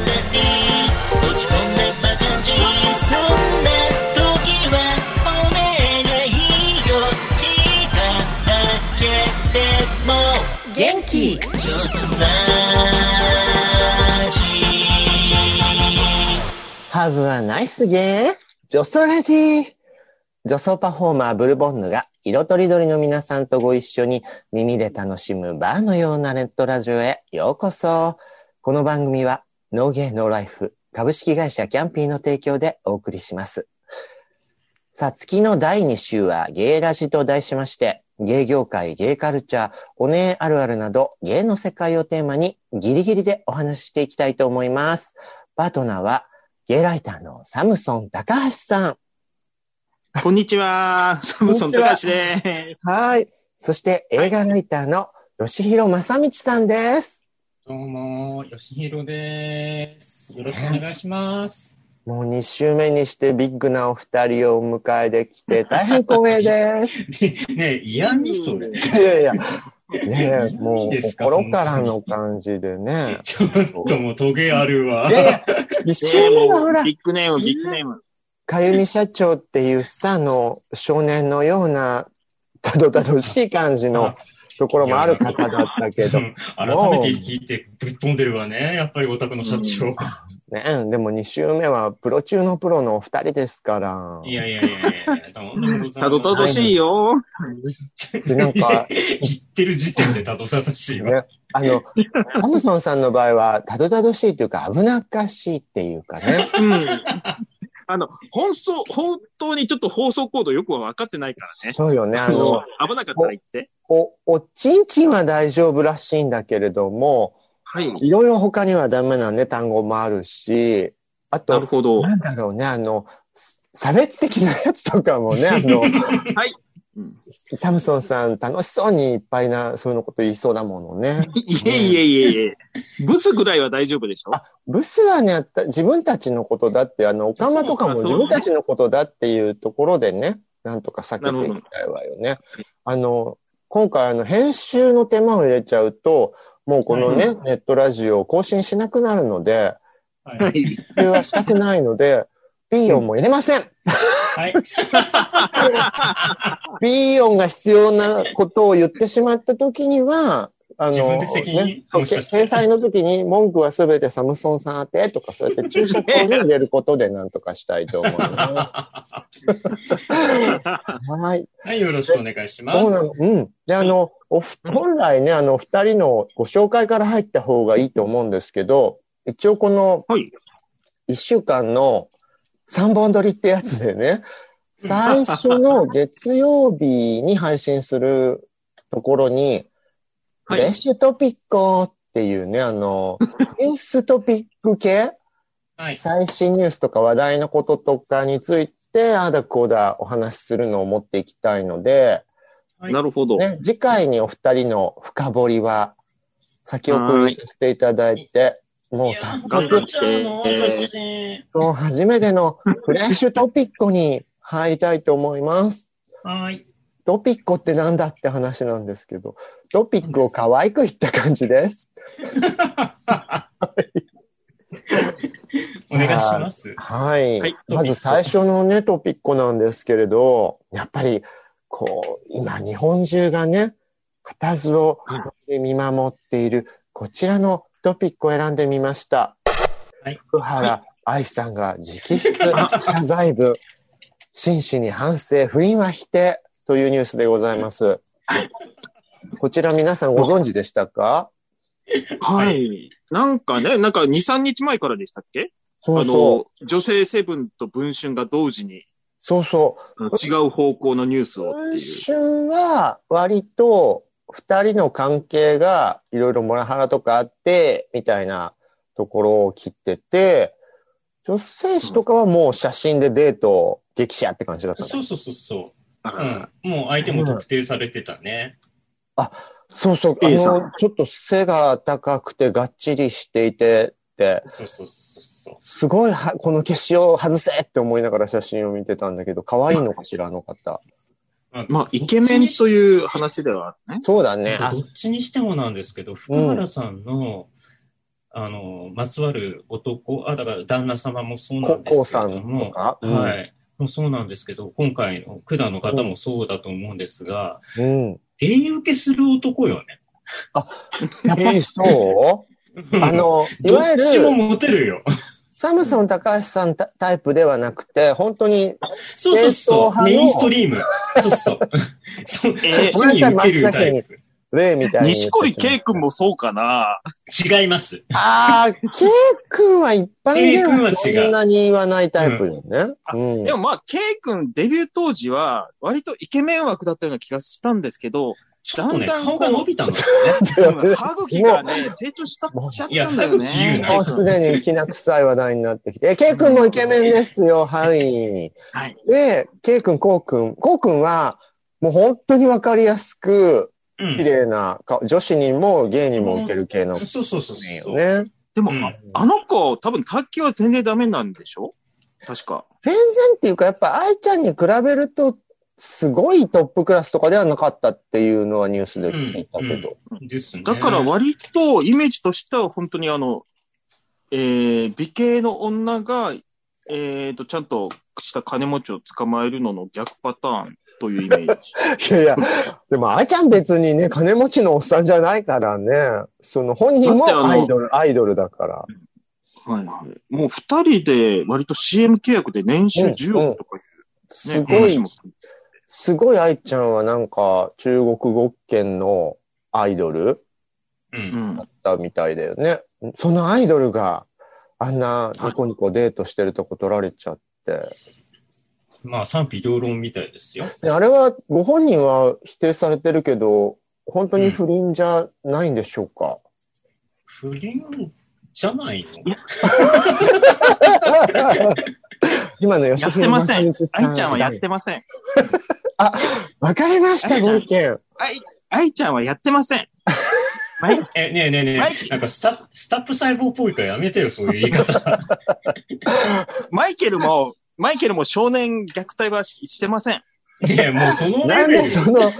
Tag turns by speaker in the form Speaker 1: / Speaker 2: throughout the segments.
Speaker 1: 落ち込んだバカンジそんな時はお願いよ聞いただけでも
Speaker 2: 元気
Speaker 1: ジョーさんラジ
Speaker 2: Have a nice day! 女装ラジー女装パフォーマーブルボンヌが色とりどりの皆さんとご一緒に耳で楽しむバーのようなネットラジオへようこそこの番組はノーゲーノーライフ株式会社キャンピーの提供でお送りします。さあ、月の第2週はゲイラジと題しまして、ゲイ業界、ゲイカルチャー、おねえあるあるなど、ゲイの世界をテーマにギリギリでお話ししていきたいと思います。パートナーはゲイライターのサムソン高橋さん。
Speaker 3: こんにちは。サムソン
Speaker 2: こんにちは
Speaker 3: 高橋で
Speaker 2: はい。そして映画ライターの吉弘正道さんです。
Speaker 4: どうも、よしひろです。よろしくお願いします。
Speaker 2: もう2週目にしてビッグなお二人をお迎えでき て大変光栄です。
Speaker 4: ねねえ、嫌味それ。
Speaker 2: いやいやいや、ねえ、も
Speaker 4: いういですか
Speaker 2: 心からの感じでね。
Speaker 4: ちょっともうトゲあるわ
Speaker 2: い。やいや、1
Speaker 3: す。
Speaker 2: 週目がほら、
Speaker 3: ビッグネーム、ビッグネーム。
Speaker 2: かゆみ社長っていうさ、あの少年のようなたどたどしい感じのところもある方だったけ
Speaker 4: う
Speaker 2: ど、
Speaker 4: ん改めて聞いてぶっ飛んでるわね。やっぱりオタクの社長。
Speaker 2: ねえ、でも2週目はプロ中のプロのお二人ですから。
Speaker 4: いやいやいやいや、どうも
Speaker 3: たどたどしいよ。
Speaker 2: で、なんか、
Speaker 4: 言ってる時点でたどたどしいわ。
Speaker 2: ね、あの、ハムソンさんの場合は、たどたどしいというか、危なっかしいっていうかね。
Speaker 3: うん。あの、本当、本当にちょっと放送コードよく分かってないからね。
Speaker 2: そうよね。あ
Speaker 3: あの
Speaker 2: の、、
Speaker 3: 危なかったら言って。
Speaker 2: お、おちんちんは大丈夫らしいんだけれども、
Speaker 3: はい。
Speaker 2: いろいろ他にはダメなね、単語もあるし、あ
Speaker 3: なる
Speaker 2: と、
Speaker 3: ほど。
Speaker 2: なんだろうね、あの、す差別的なやつとかもね、あの、
Speaker 3: うん
Speaker 2: サムソンさん楽しそうにいっぱいな、そういうのこと言いそうだものね。
Speaker 3: いえいえいえいえ。ブスぐらいは大丈夫でしょ
Speaker 2: あブスはね、た自分たちのことだって、あの、オカマとかも自分たちのことだっていうところでね、なんとか避けていきたいわよね。あの、今回あの、編集の手間を入れちゃうと、もうこのね、ネットラジオを更新しなくなるので、
Speaker 4: は。
Speaker 3: はいい。
Speaker 2: 普及はしたくないので、P 音も入れません
Speaker 4: はい。
Speaker 2: !P 音が必要なことを言ってしまった時には、あ
Speaker 4: 自
Speaker 2: の、
Speaker 4: 分で責任
Speaker 2: ね、そう、
Speaker 4: もし
Speaker 2: け
Speaker 4: かして
Speaker 2: 掲載の時に文句はすべてサムソンさん宛てとか、そうやって注釈をね入れることでなんとかしたいと思い ます。はい。
Speaker 4: はい、よろしくお願いしま
Speaker 2: そうな
Speaker 4: す
Speaker 2: の。。うん。で、あの、おふ
Speaker 3: うん
Speaker 2: 本来ね、あの、二人のご紹介から入った方がいいと思うんですけど、一応この
Speaker 3: はい。
Speaker 2: 一週間の三本撮りってやつでね、最初の月曜日に配信するところに、フ
Speaker 3: はい
Speaker 2: レッシュトピッコっていうね、あの、ニューストピック系、
Speaker 4: はい。
Speaker 2: 最新ニュースとか話題のこととかについて、ああだこうだお話しするのを持っていきたいので、
Speaker 4: はい
Speaker 3: なるほど。
Speaker 2: ね、次回にお二人の深掘りは先送りさせていただいて、もう3
Speaker 3: 頑張って
Speaker 4: 私。
Speaker 2: そう、初めてのフレッシュトピッコに入りたいと思います。
Speaker 4: はい。
Speaker 2: トピッコってなんだって話なんですけど、トピックを可愛く言った感じです。
Speaker 4: お願いします。
Speaker 2: はい。
Speaker 3: はい
Speaker 2: まず最初のね、トピッコなんですけれど、やっぱり、こう、今日本中がね、固唾を見守っている、こちらのトピックを選んでみました。
Speaker 4: はい
Speaker 2: 福原愛さんが直筆謝罪文、真摯に反省、不倫は否定というニュースでございます。こちら皆さんご存知でしたか
Speaker 3: はい。なんかね、なんか2、3日前からでしたっけ
Speaker 2: そ
Speaker 3: あ
Speaker 2: うそう。
Speaker 3: の、女性セブンと文春が同時に
Speaker 2: そうそう。
Speaker 3: あの違う方向のニュースをって
Speaker 2: 文
Speaker 3: いう。
Speaker 2: 春は割と二人の関係がいろいろモラハラとかあってみたいなところを切ってて、女性誌とかはもう写真でデートを激写って感じだったの
Speaker 4: そうそうそうそう。
Speaker 3: あら
Speaker 4: うんもう相手も特定されてたね。
Speaker 2: そうそう、あ
Speaker 3: A さ
Speaker 2: の
Speaker 3: ん、
Speaker 2: ちょっと背が高くてがっちりしていてって、
Speaker 4: そうそうそうそう。
Speaker 2: すごいはこの消しを外せって思いながら写真を見てたんだけど、可愛いのかしら、あの方。
Speaker 3: まあ、イケメンという話ではね。
Speaker 2: そうだね。あ
Speaker 4: ど、っちにしてもなんですけど、福原さんの、あの、まつわる男、あ、だから旦那様もそうな
Speaker 2: こ
Speaker 4: んで
Speaker 2: こう
Speaker 4: すけ
Speaker 2: さ
Speaker 4: れ
Speaker 2: ん
Speaker 4: ど
Speaker 2: と
Speaker 4: も、
Speaker 2: か、うん
Speaker 4: はい。もうそうなんですけど、今回の九段の方もそうだと思うんですが、
Speaker 2: うん。
Speaker 4: ゲイ受けする男よね。
Speaker 2: やっぱりそうあ、 の、い
Speaker 4: ど
Speaker 2: わ
Speaker 4: っ
Speaker 2: ゆ
Speaker 4: ちも
Speaker 2: る、
Speaker 4: モテるよ。
Speaker 2: サムソン高橋さんタタイプではなくて、本当に、
Speaker 4: そうそう
Speaker 2: 正統
Speaker 4: そう。
Speaker 2: 派の
Speaker 4: メインストリーム。そう そう。そそっちに受けるタイプ。
Speaker 2: 例みたいに言ってしま
Speaker 3: 錦
Speaker 2: う。
Speaker 3: 織圭君もそうかな。
Speaker 4: 違います。
Speaker 2: ああ、ケイ君は一般ではそんなに言わないタイプだよね。うん。
Speaker 3: でもまあ、圭君デビュー当時は、割とイケメン枠だったような気がしたんですけど、
Speaker 4: ちょっとね、
Speaker 3: だんだんこ
Speaker 4: 顔
Speaker 3: う
Speaker 4: が伸び たのよね。
Speaker 3: 歯茎がね、成長した
Speaker 2: もう
Speaker 3: しちゃったんだよね。
Speaker 4: いや歯茎言うな
Speaker 2: もうすでにきな臭い話題になってきて、ケイ君もイケメンですよ、はい。
Speaker 3: はい。
Speaker 2: で、ケイ君、コウ君。コウ君は、もう本当にわかりやすく、
Speaker 4: う
Speaker 2: 綺麗な顔、女子にもゲイにも受ける系の
Speaker 4: ん。そうそうそう
Speaker 2: ね
Speaker 4: そう。
Speaker 2: よね。
Speaker 3: でも、
Speaker 4: うん
Speaker 3: ああの子、多分卓球は全然ダメなんでしょ確か。
Speaker 2: 全然っていうか、やっぱ愛ちゃんに比べると、すごいトップクラスとかではなかったっていうのはニュースで聞いたけど。
Speaker 4: うんですね。
Speaker 3: だから割とイメージとしては本当にあの、えー美形の女が、えーと、ちゃんとした金持ちを捕まえるのの逆パターンというイメージ。
Speaker 2: いやいや、でも、愛ちゃん別にね、金持ちのおっさんじゃないからね。その本人も
Speaker 3: だってあの
Speaker 2: アイドル、アイドルだから。
Speaker 3: はいはい。もう二人で割と CM 契約で年収10億とかいうね、
Speaker 2: すごい
Speaker 3: 話、も聞いて
Speaker 2: すごい愛ちゃんはなんか、中国語圏のアイドル
Speaker 4: うん、
Speaker 3: うん
Speaker 2: だったみたいだよね。そのアイドルがあんなニコニコデートしてるとこ取られちゃって。
Speaker 4: まあ賛否両論みたいですよ。
Speaker 2: ねあれは、ご本人は否定されてるけど、本当に不倫じゃないんでしょうか、
Speaker 4: 不倫じゃないの
Speaker 2: 今の吉
Speaker 3: やっ
Speaker 2: 弘
Speaker 3: てません
Speaker 2: 正道。さ
Speaker 3: 愛ちゃんはやってません。
Speaker 2: あ、わかりました、
Speaker 3: 愛ち
Speaker 2: ご
Speaker 3: ゃん
Speaker 2: 意見。
Speaker 3: 愛ちゃんはやってません。
Speaker 4: え、ねえねえね
Speaker 3: は
Speaker 4: え
Speaker 3: い、
Speaker 4: なんかスタスタップ細胞っぽいからやめてよ、そういう言い方。
Speaker 3: マイケルも、 マイケルも少年虐待はししてません。
Speaker 4: ねえ、もうその
Speaker 2: な
Speaker 4: レ
Speaker 2: ん
Speaker 4: ベル
Speaker 2: で。その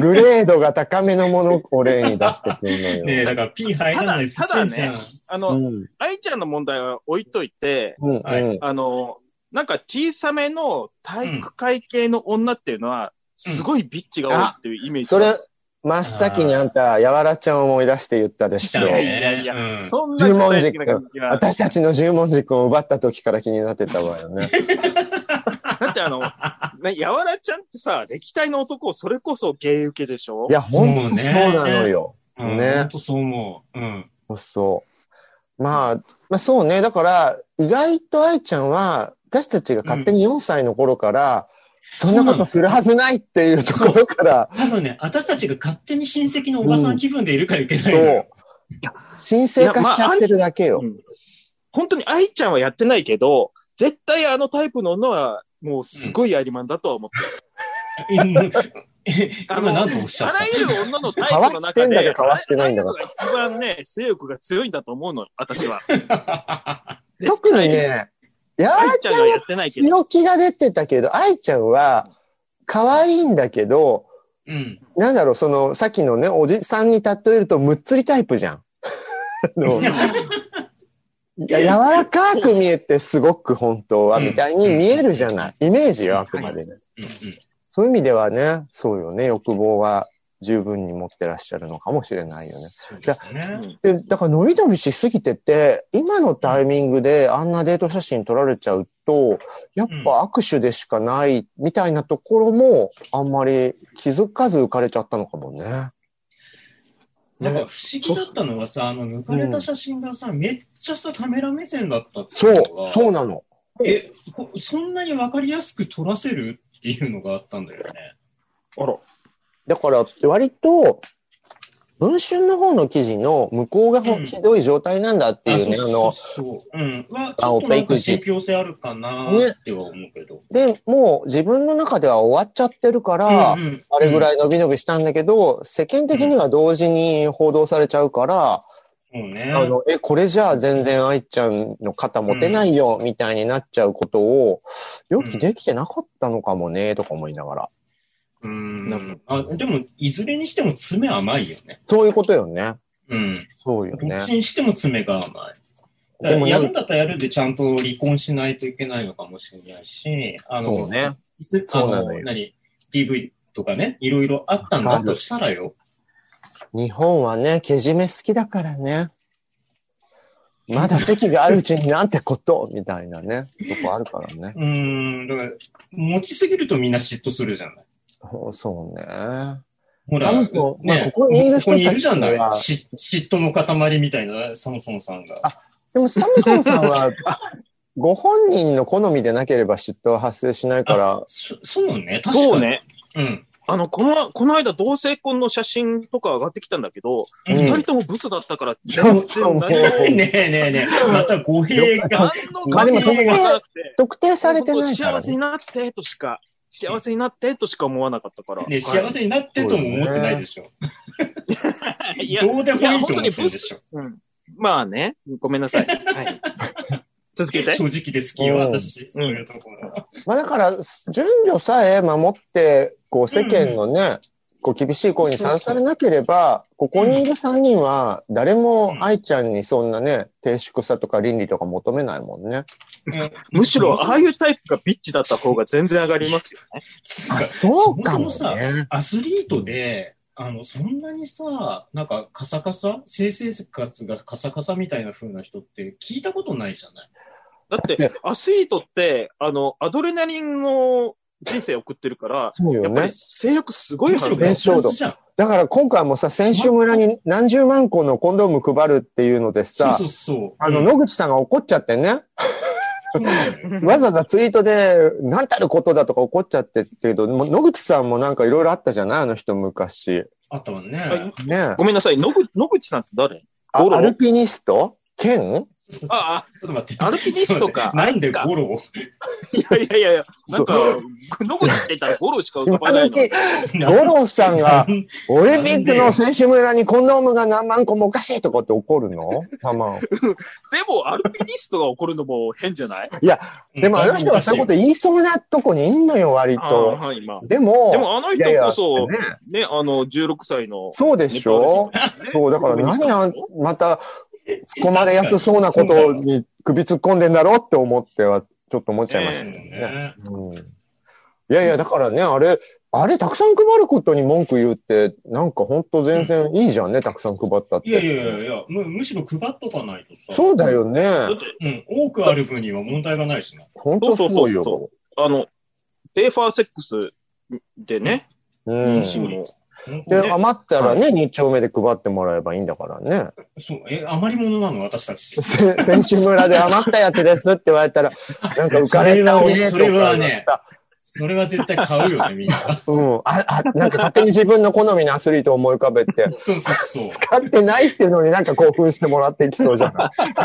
Speaker 2: グレードが高めのものを俺に出してくんのよ。
Speaker 4: ねえ、だから P 入らないっつってんじゃん
Speaker 3: ただたあ
Speaker 2: う
Speaker 3: の、
Speaker 2: ん。
Speaker 3: 愛ちゃんの問題は置いといて、
Speaker 2: うん。
Speaker 4: は
Speaker 2: う
Speaker 4: い
Speaker 2: ん。
Speaker 3: あの、なんか小さめの体育会系の女っていうのは、
Speaker 4: うん
Speaker 3: すごいビッチが多いっていうイメージ。
Speaker 2: それ、、真っ先にあんた、やわらちゃんを思い出して言ったで
Speaker 4: 来
Speaker 2: したょ。
Speaker 3: いや
Speaker 4: ね。
Speaker 3: いやいや
Speaker 4: うん
Speaker 3: そんな具体的な感じが。
Speaker 2: 私たちの十文字君を奪った時から気になってたわよね。
Speaker 3: だってあ の、ね、やわらちゃんってさ、歴代の男をそれこそゲイ受けでしょ
Speaker 2: いや、ほんとそうなのよ。
Speaker 4: うん
Speaker 2: ね
Speaker 4: 本当そう思う。うん。
Speaker 2: そうそう。まあ、まあそうね。だから、意外と愛ちゃんは、私たちが勝手に4歳の頃から、そんなことするはずないっていうところから、
Speaker 4: 多分ね、私たちが勝手に親戚のおばさん気分でいるからいけないの
Speaker 2: そう
Speaker 4: よ。
Speaker 2: 神聖化しちゃってるだけよ
Speaker 3: う。ん本当に愛ちゃんはやってないけど、絶対あのタイプの女は、もうすごいやりまんだとは思ってる。
Speaker 4: うん今何とおっしゃ
Speaker 3: あ
Speaker 4: っ
Speaker 3: ら
Speaker 4: た
Speaker 3: ゆる女のタイプの中で、
Speaker 2: かわしてんだかわしてないんだか
Speaker 3: あらゆるのが一番ね、性欲が強いんだと思うの、私は。
Speaker 2: 特にね、やわら
Speaker 3: 愛
Speaker 2: ち
Speaker 3: ち
Speaker 2: ゃ
Speaker 3: ゃ
Speaker 2: ん
Speaker 3: ん
Speaker 2: は
Speaker 3: がやってないけど。
Speaker 2: 強気が出てたけど、愛ちゃんは、可愛いんだけど、
Speaker 4: うん。
Speaker 2: なんだろう、その、さっきのね、おじさんに例えると、むっつりタイプじゃん。 あのいや柔らかく見えて、すごく本当は、
Speaker 4: うん
Speaker 2: みたいに見えるじゃない。イメージよ、あくまでね。
Speaker 4: うんうん
Speaker 2: そういう意味ではね、そうよね、欲望は十分に持ってらっしゃるのかもしれないよね。
Speaker 4: そうですね。
Speaker 2: で、だから伸び伸びしすぎてて、今のタイミングであんなデート写真撮られちゃうと、やっぱ握手でしかないみたいなところも、あんまり気づかず浮かれちゃったのかもね。
Speaker 4: なんか不思議だったのはさ、あの、抜かれた写真がさ、めっちゃさ、カメラ目線だったって
Speaker 2: そ
Speaker 4: いうのが。、
Speaker 2: そうなの。
Speaker 4: え、こそんなにわかりやすく撮らせるっていうのがあったんだよね。
Speaker 3: あら。
Speaker 2: だから、割と、文春の方の記事の向こうがほ
Speaker 4: うん
Speaker 2: ひどい状態なんだっていうね、
Speaker 4: あ
Speaker 2: あ
Speaker 4: そうそう
Speaker 2: の、
Speaker 4: そう。うん。は、ち
Speaker 2: あ
Speaker 4: ょ
Speaker 2: オ
Speaker 4: っとな
Speaker 2: ペ
Speaker 4: ん
Speaker 2: 育
Speaker 4: か
Speaker 2: 児
Speaker 4: 信憑性あるかな
Speaker 2: ね
Speaker 4: っては思うけど。
Speaker 2: で、もう自分の中では終わっちゃってるから、
Speaker 4: うんうん
Speaker 2: あれぐらい伸び伸びしたんだけど、世間的には同時に報道されちゃうから、
Speaker 4: そうね。
Speaker 2: あの、え、これじゃあ全然愛ちゃんの肩持てないよ、みたいになっちゃうことを、予期できてなかったのかもね、とか思いながら。
Speaker 4: う
Speaker 3: なる
Speaker 4: ん。あ、でも、いずれにしても爪甘いよね。
Speaker 2: そういうことよね。
Speaker 4: うん。
Speaker 2: そうよ
Speaker 4: ど
Speaker 2: ね
Speaker 4: っ。ちにしても爪が甘い。だ
Speaker 2: で
Speaker 4: から
Speaker 2: も
Speaker 4: や
Speaker 2: なん
Speaker 4: るんだったらやるでちゃんと離婚しないといけないのかもしれないし、あの、
Speaker 2: そうね
Speaker 4: いつあ
Speaker 2: そうな
Speaker 4: の
Speaker 2: のよ
Speaker 4: 何、DV とかね、いろいろあったん
Speaker 2: わ
Speaker 4: だ
Speaker 2: かる
Speaker 4: としたらよ。
Speaker 2: 日本はね、けじめ好きだからね。まだ席があるうちになんてことみたいなね、とこあるからね。
Speaker 4: うーん、だから、持ちすぎるとみんな嫉妬するじゃない。
Speaker 2: そうそうね。
Speaker 4: ほら、
Speaker 2: 多分そうまあここにいる人
Speaker 4: ここにいるじゃない。
Speaker 2: たちは
Speaker 4: し嫉妬の塊みたいな、サムソンさんが。
Speaker 2: あでも、サムソンさんは、あご本人の好みでなければ嫉妬は発生しないから、
Speaker 4: そそうね、確かに。
Speaker 3: そう。ね。
Speaker 4: うん。
Speaker 3: あの、この、この間同性婚の写真とか上がってきたんだけど、
Speaker 2: う ん
Speaker 3: 二人ともブスだったから、
Speaker 2: ちょっ
Speaker 3: 全
Speaker 2: とも
Speaker 3: 然
Speaker 2: う
Speaker 3: 何も、
Speaker 4: ねえねえねえ、また語弊が。
Speaker 3: 何の関係がなくて、
Speaker 2: 特定されてないか
Speaker 3: 幸
Speaker 2: ら、
Speaker 3: せに
Speaker 2: ね。
Speaker 3: なってとしか、幸せになってとしか思わなかったから。
Speaker 4: ね、幸せになってとも思ってないでしょ。
Speaker 3: はいいや、
Speaker 4: どうでもいいと思ってるでしょ。
Speaker 3: うんまあね、ごめんなさい。はい。続けて。
Speaker 4: 正直で好きよ、私。そういうところ。
Speaker 2: まあだから、順序さえ守って、こう世間のね、こう厳しい声にさらされなければ、ここにいる3人は、誰も愛ちゃんにそんなね、低粛さとか倫理とか求めないもんね。
Speaker 3: むしろ、ああいうタイプがビッチだった方が全然上がりますよね。
Speaker 4: つう
Speaker 2: あ、
Speaker 4: か
Speaker 2: そうかも
Speaker 4: そもそもさ
Speaker 2: ね。
Speaker 4: アスリートで、あの、そんなにさ、なんか、カサカサ性生活がカサカサみたいな風な人って聞いたことないじゃない
Speaker 3: だって、アスリートって、あの、アドレナリンの人生送ってるから、
Speaker 2: そうよ
Speaker 3: やっぱ
Speaker 2: ね
Speaker 3: り。性欲すごいは
Speaker 4: むしろ
Speaker 3: ず
Speaker 2: ね
Speaker 3: だ
Speaker 4: 別
Speaker 3: よ。
Speaker 4: 冊じゃん。
Speaker 2: だから今回もさ、選手村に何十万個のコンドーム配るっていうので
Speaker 4: そう
Speaker 2: さ
Speaker 4: そ、うそう。
Speaker 2: あの、
Speaker 4: うん
Speaker 2: 野口さんが怒っちゃってね、
Speaker 4: そうなのよ
Speaker 2: わざわざツイートで、なんたることだとか怒っちゃってってけど、もう野口さんもなんかいろいろあったじゃないあの人昔。
Speaker 4: あったわ
Speaker 3: はい
Speaker 4: ね。
Speaker 2: ねあ
Speaker 3: ごめんなさい、野口野口さんって誰
Speaker 2: ア
Speaker 3: ゴロ
Speaker 2: ルピニスト剣
Speaker 3: あ
Speaker 4: ちょっと待って。
Speaker 3: アルピニストか
Speaker 4: なんで
Speaker 3: あいつか
Speaker 4: ゴロを。
Speaker 3: あ、いやいやいやいや、なんか
Speaker 2: そ、
Speaker 3: 野口って言ったらゴロしか浮
Speaker 2: 今
Speaker 3: かば ないの。
Speaker 2: 時、ゴロさん がオリンピックの選手村にコンドームが何万個もおかしいとかって怒るのたまん。
Speaker 3: でも、アルピニストが怒るのも変じゃない
Speaker 2: でもあの人はそういうこと言いそうなとこにいんのよ、割
Speaker 3: あー
Speaker 2: と。
Speaker 3: はい、まあ。
Speaker 2: でも、
Speaker 3: でも、あの
Speaker 2: いやい
Speaker 3: 人
Speaker 2: や
Speaker 3: こそ、
Speaker 2: ね
Speaker 3: ね、あの、16歳の、
Speaker 2: そうでしょ
Speaker 3: ネパール人ね
Speaker 2: そう、だから
Speaker 3: 国民
Speaker 2: 何
Speaker 3: 性
Speaker 2: あ
Speaker 3: でしょ
Speaker 2: また突っ込まれやすそうなことに首突っ込んでんだろうって思っては、ちょっと思っちゃいました
Speaker 4: そう
Speaker 2: ね。
Speaker 4: ね。
Speaker 2: うん、いやいや、だからね、あれ、あれたくさん配ることに文句言うって、なんかほんと全然いいじゃんね、たくさん配ったって。
Speaker 4: いやいやいやいや、むむしろ配っとかないとさ。
Speaker 2: そうだ。よね。
Speaker 3: だって、
Speaker 4: うん、多くある分には問題がないしね。
Speaker 2: ほんとそうよ。
Speaker 3: そあの、デーファーセックスでね、
Speaker 2: うん。
Speaker 3: 妊娠も。
Speaker 2: で、余ったらね、二丁目で配ってもらえばいいんだからね。
Speaker 4: そう、え、余り物なの私たち。
Speaker 2: せ選手村で余ったやつですって言われたら、なんか浮かれたお姉と
Speaker 4: そ
Speaker 2: か
Speaker 4: れ
Speaker 2: 言わ
Speaker 4: は
Speaker 2: れ
Speaker 4: ね
Speaker 2: てさ、
Speaker 4: それは絶対買うよね、みん な。
Speaker 2: うん、あ、あ、なんか勝手に自分の好みのアスリートを思い浮か べて、
Speaker 4: そうそうそ。
Speaker 2: 勝ってないっていうのになんか興奮してもらっていきそうじゃないう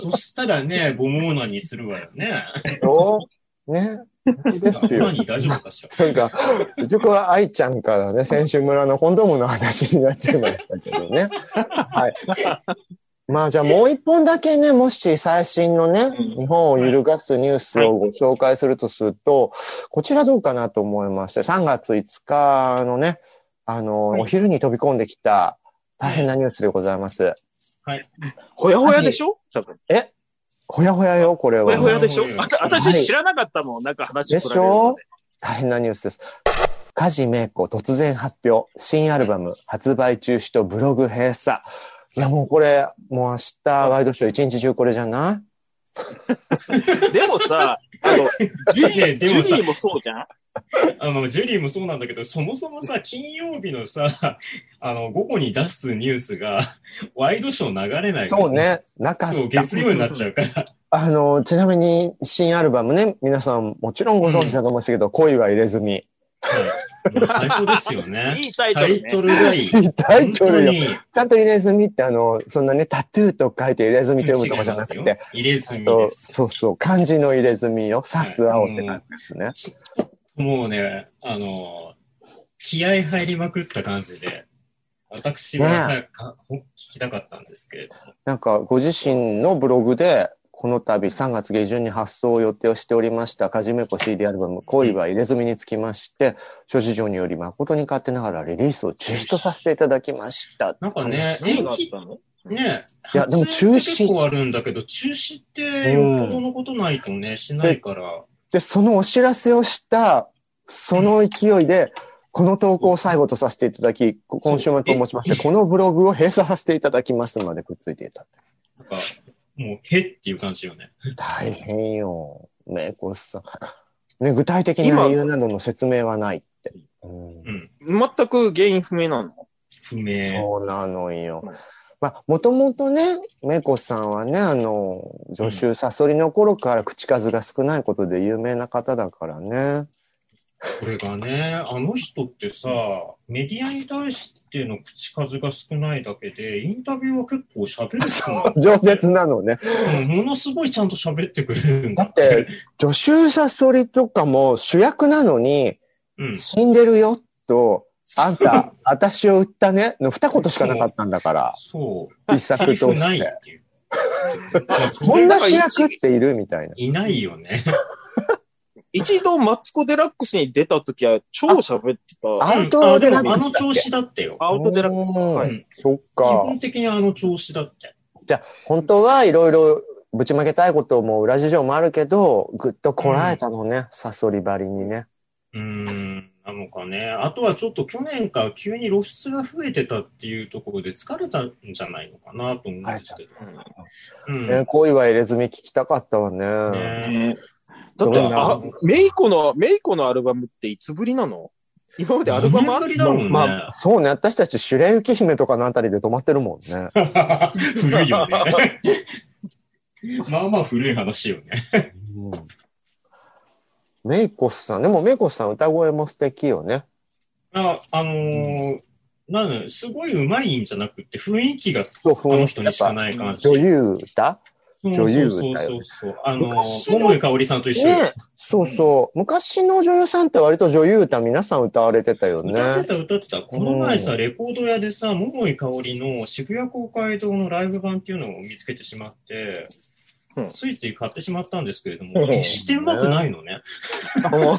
Speaker 4: そしたらね、ボモーナにするわよね。
Speaker 2: そうね。で すよ。
Speaker 4: 何大丈夫かしら。
Speaker 2: なんか、結局は愛ちゃんからね、選手村のコンドームの話になっちゃいましたけどね。はい。まあじゃあもう一本だけね、もし最新のね、
Speaker 3: うん
Speaker 2: 日本を揺るがすニュースをご紹介するとすると、こちらどうかなと思いまして、3月5日のね、あの、
Speaker 4: はい
Speaker 2: お昼に飛び込んできた大変なニュースでございます。
Speaker 3: ほやほやでしょ多分。
Speaker 2: ほやほやよ、これ
Speaker 3: ほやほ
Speaker 2: は。
Speaker 3: やでしょ
Speaker 4: うん
Speaker 3: あた私知らなかったもん、なんか話
Speaker 2: で
Speaker 3: 取
Speaker 2: し
Speaker 3: られるの
Speaker 2: ょ大変なニュースです。梶芽子突然発表、新アルバム発売中止とブログ閉鎖。いや、もうこれ、もう明日ワイドショー一日中これじゃない
Speaker 3: で。でもさ、あの、ジュリ
Speaker 4: ね
Speaker 3: ー、
Speaker 4: で
Speaker 3: ジ
Speaker 4: もさ
Speaker 3: ュリーもそうじゃん
Speaker 4: あの、ジュリーもそうなんだけど、そもそもさ、金曜日のさ、 あの、午後に出すニュースが、 ワイドショー流れない。
Speaker 2: そう。ね、なかっ
Speaker 4: そう、
Speaker 2: た。
Speaker 4: 月曜になっちゃう から。
Speaker 2: あの、ちなみに新アルバムね、皆さんもちろんご存知だと思うんですけど、恋は入れ墨。
Speaker 4: はいもう最高ですよね。
Speaker 3: いいタイト
Speaker 4: タ
Speaker 3: ル
Speaker 4: イ
Speaker 3: ね。
Speaker 4: トルがいい。
Speaker 2: タイトルよ。
Speaker 4: よ。
Speaker 2: ちゃんと入れ墨ってあの、そんなね、タトゥーと書いて入れ墨と
Speaker 4: 違
Speaker 2: 読む
Speaker 4: い
Speaker 2: と
Speaker 4: ま
Speaker 2: か
Speaker 4: す
Speaker 2: じゃ
Speaker 4: よ
Speaker 2: なくて、
Speaker 4: 入れ墨
Speaker 2: そう
Speaker 4: です。
Speaker 2: そうそう、漢字の入れ墨よ、刺す青って感じですね。
Speaker 4: もうね、あの、気合入りまくった感じで、私は
Speaker 2: ねえ
Speaker 4: 早くか、ほ聞きたかったんですけれども。
Speaker 2: なんか、ご自身のブログで、この度3月下旬に発送を予定をしておりました、かじめこ CD アルバム、恋は入れ墨につきまして、諸事情により誠に勝手ながらリリースを中止とさせていただきました。
Speaker 4: なんかね
Speaker 3: 何があったの
Speaker 4: ね
Speaker 2: いやでも中止
Speaker 4: 発生って結構あるんだけど、中止ってよほどのことないとね、しないから。
Speaker 2: で、そのお知らせをした、その勢いで、この投稿を最後とさせていただき、こ今週末ともちまして、このブログを閉鎖させていただきますまでくっついていた。
Speaker 4: なんか、もう、へっていう感じよね。
Speaker 2: 大変よ。めいこさん。ね、具体的な理由などの説明はないって。うん
Speaker 4: うん。
Speaker 3: 全く原因不明なの
Speaker 4: 不明。
Speaker 2: そうなのよ
Speaker 3: うん。
Speaker 2: まあ、もともとね、めこさんはね、あの、助手サソリの頃から口数が少ないことで有名な方だからね。
Speaker 4: これがね、あの人ってさ、メディアに対しての口数が少ないだけで、インタビューは結構喋る人なんだって
Speaker 2: 饒舌なのね。
Speaker 4: うんものすごいちゃんと喋ってくれるんだ
Speaker 2: だって、、助手サソリとかも主役なのに、
Speaker 4: うん。
Speaker 2: 死んでるよと、あんた、私を売ったね、の二言しかなかったんだから、
Speaker 4: そう。
Speaker 2: 一作通
Speaker 4: セリフな
Speaker 2: し。
Speaker 4: いって ていう。まあそ
Speaker 2: こ
Speaker 4: れ
Speaker 2: んな主役っているみたいな。
Speaker 4: いないよね。
Speaker 3: 一度、マツコ・デラックスに出た時は、超喋ってた。
Speaker 2: アウトでな
Speaker 4: あ
Speaker 2: ん
Speaker 4: でもあ
Speaker 2: か
Speaker 4: の調子だってよ。
Speaker 3: アウト・デラックス。
Speaker 2: うん
Speaker 3: は
Speaker 4: う
Speaker 3: い。
Speaker 4: ん
Speaker 2: そっ
Speaker 4: 基
Speaker 2: か。
Speaker 4: 本的にあの調子だって。
Speaker 2: じゃあ、本当はいろいろぶちまけたいことも裏事情もあるけど、ぐっとこらえたのね、サソリばりにね。
Speaker 4: うーん、なのかね。あとはちょっと去年から急に露出が増えてたっていうところで疲れたんじゃないのかなと思うんですけど。うん。
Speaker 2: ね恋は入れ墨聞きたかったわね。
Speaker 4: ね
Speaker 3: ねだって、
Speaker 2: どうな
Speaker 3: あメイコの、メイコのアルバムっていつぶりなの今までアルバムあっ
Speaker 4: 何年ぶりだろ
Speaker 2: まあ
Speaker 4: うね。
Speaker 2: まあ、そうね。私たち、シュレユキ姫とかのあたりで止まってるもんね。
Speaker 4: 古いよね。まあまあ古い話よね。
Speaker 2: メイコスさん。でも、メイコスさん歌声も素敵よね。
Speaker 4: あ、あのー、なんだろうすごい上手いんじゃなくて、雰囲気が
Speaker 2: そう、
Speaker 4: あ
Speaker 2: 雰
Speaker 4: の
Speaker 2: 囲気
Speaker 4: 人
Speaker 2: や
Speaker 4: に
Speaker 2: っ
Speaker 4: しか
Speaker 2: ぱ、
Speaker 4: ない感じ。
Speaker 2: 女優歌女優
Speaker 4: そう
Speaker 2: だ
Speaker 4: そう
Speaker 2: よ
Speaker 4: そうそう。あの
Speaker 2: 昔
Speaker 4: ー、
Speaker 2: の
Speaker 4: 桃井かおりさんと一緒よ
Speaker 2: ねそうそう。昔の女優さんって割と女優歌皆さん歌われてたよね。
Speaker 4: 歌ってた、歌ってた。この前
Speaker 2: う
Speaker 4: さ、
Speaker 2: ん
Speaker 4: レコード屋でさ、桃井かおりの渋谷公会堂のライブ版っていうのを見つけてしまって
Speaker 3: う、ん
Speaker 4: ついつい買ってしまったんですけれど
Speaker 3: う
Speaker 4: も、
Speaker 3: ん
Speaker 4: 決してうまくないのね。
Speaker 3: た。
Speaker 2: みん
Speaker 4: ね
Speaker 2: な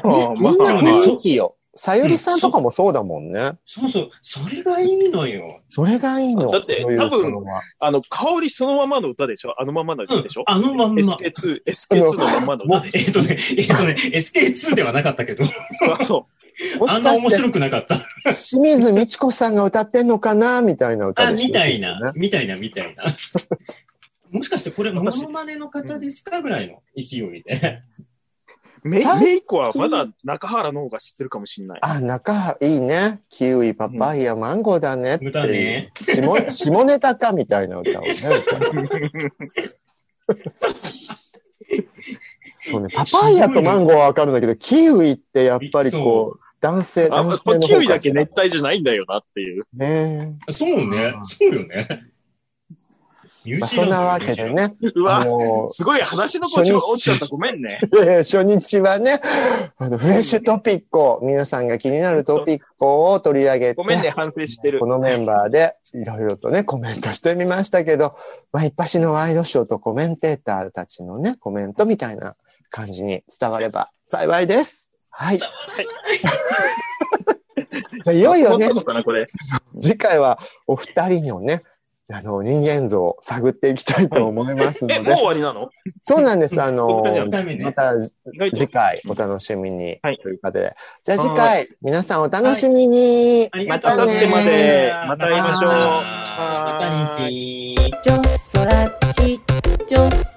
Speaker 2: 雰囲気よ。さゆりさんとかもそうだもんね。
Speaker 4: そうそう、それがいいのよ。
Speaker 2: それがいいの。
Speaker 3: だって
Speaker 2: 女優
Speaker 3: 多分
Speaker 2: さんは
Speaker 3: あの、香りそのままの歌でしょあのままの
Speaker 4: う
Speaker 3: 歌
Speaker 4: ん
Speaker 3: でしょ、
Speaker 4: あのまんま。
Speaker 3: ?SK2、SK2 のままの
Speaker 4: もう
Speaker 3: 歌。
Speaker 4: えっ、とね、えっ、とね、SK2 ではなかったけど、
Speaker 3: あそ
Speaker 2: も
Speaker 4: あ
Speaker 2: し
Speaker 4: んな
Speaker 2: か
Speaker 4: 面
Speaker 2: して、
Speaker 4: 白くなかった。
Speaker 2: 清水美智子さんが歌ってんのかなみたいな歌
Speaker 4: あ、
Speaker 2: でしょ
Speaker 4: みたい
Speaker 2: きっと
Speaker 4: な
Speaker 2: ね、
Speaker 4: みたいな、みたいな。もしかしてこれ、モノマネの方ですかぐらいの勢いで。
Speaker 3: う。メイ
Speaker 2: 最近
Speaker 3: メイコはまだ中原の方が知ってるかもしれない。
Speaker 2: あ、中原、いいね。キウイ、パパイヤ、マンゴーだねっていう。
Speaker 4: 歌ね
Speaker 2: 下。下ネタかみたいな歌 をね。そうね。パパイヤとマンゴーはわかるんだけど、キウイってやっぱりこう、男性、
Speaker 3: あ、
Speaker 2: 男
Speaker 3: ま
Speaker 2: 性
Speaker 3: あ
Speaker 2: の方かし
Speaker 3: キ
Speaker 2: ら
Speaker 3: ウイだけ熱帯じゃないんだよなっていう。
Speaker 2: ね
Speaker 4: そうね、そうよね。ニュ
Speaker 2: ま
Speaker 4: ー
Speaker 2: あ、
Speaker 4: ジーラ
Speaker 2: そ
Speaker 4: ン
Speaker 2: ん
Speaker 4: ド
Speaker 2: なわけで。ね。
Speaker 3: う
Speaker 2: あ
Speaker 3: わ、
Speaker 2: の
Speaker 3: すごい話の腰折っちゃった。ごめんね。
Speaker 2: えー初日はね、あの、フレッシュトピックを、皆さんが気になるトピックを取り上げて、
Speaker 3: ごめんね、反省してる
Speaker 2: こ。のメンバーでいろいろとね、コメントしてみましたけど、まあ、一発のワイドショーとコメンテーターたちのね、コメントみたいな感じに伝われば幸いです。はい。
Speaker 4: 伝
Speaker 2: いよいよね
Speaker 3: 本当、のかな、これ。
Speaker 2: 次回はお二人のね、あの、人間像を探っていきたいと思います
Speaker 3: え、
Speaker 2: の
Speaker 3: もう
Speaker 2: で
Speaker 3: 終、わりなの
Speaker 2: そうなんです。あの
Speaker 3: お二、
Speaker 4: 1回目ね
Speaker 2: ま。た
Speaker 3: 意外
Speaker 2: 次
Speaker 3: と。
Speaker 2: 回お楽しみに
Speaker 3: はい
Speaker 2: ということで。じゃあ
Speaker 3: はい
Speaker 2: 次回、皆さんお楽しみに。
Speaker 4: あり
Speaker 2: ま
Speaker 4: がとう
Speaker 2: た
Speaker 4: ござ
Speaker 2: ね
Speaker 4: い
Speaker 3: 明後日までまた
Speaker 2: 会いましょう
Speaker 4: またニッキー。
Speaker 5: ちょそらちちょそ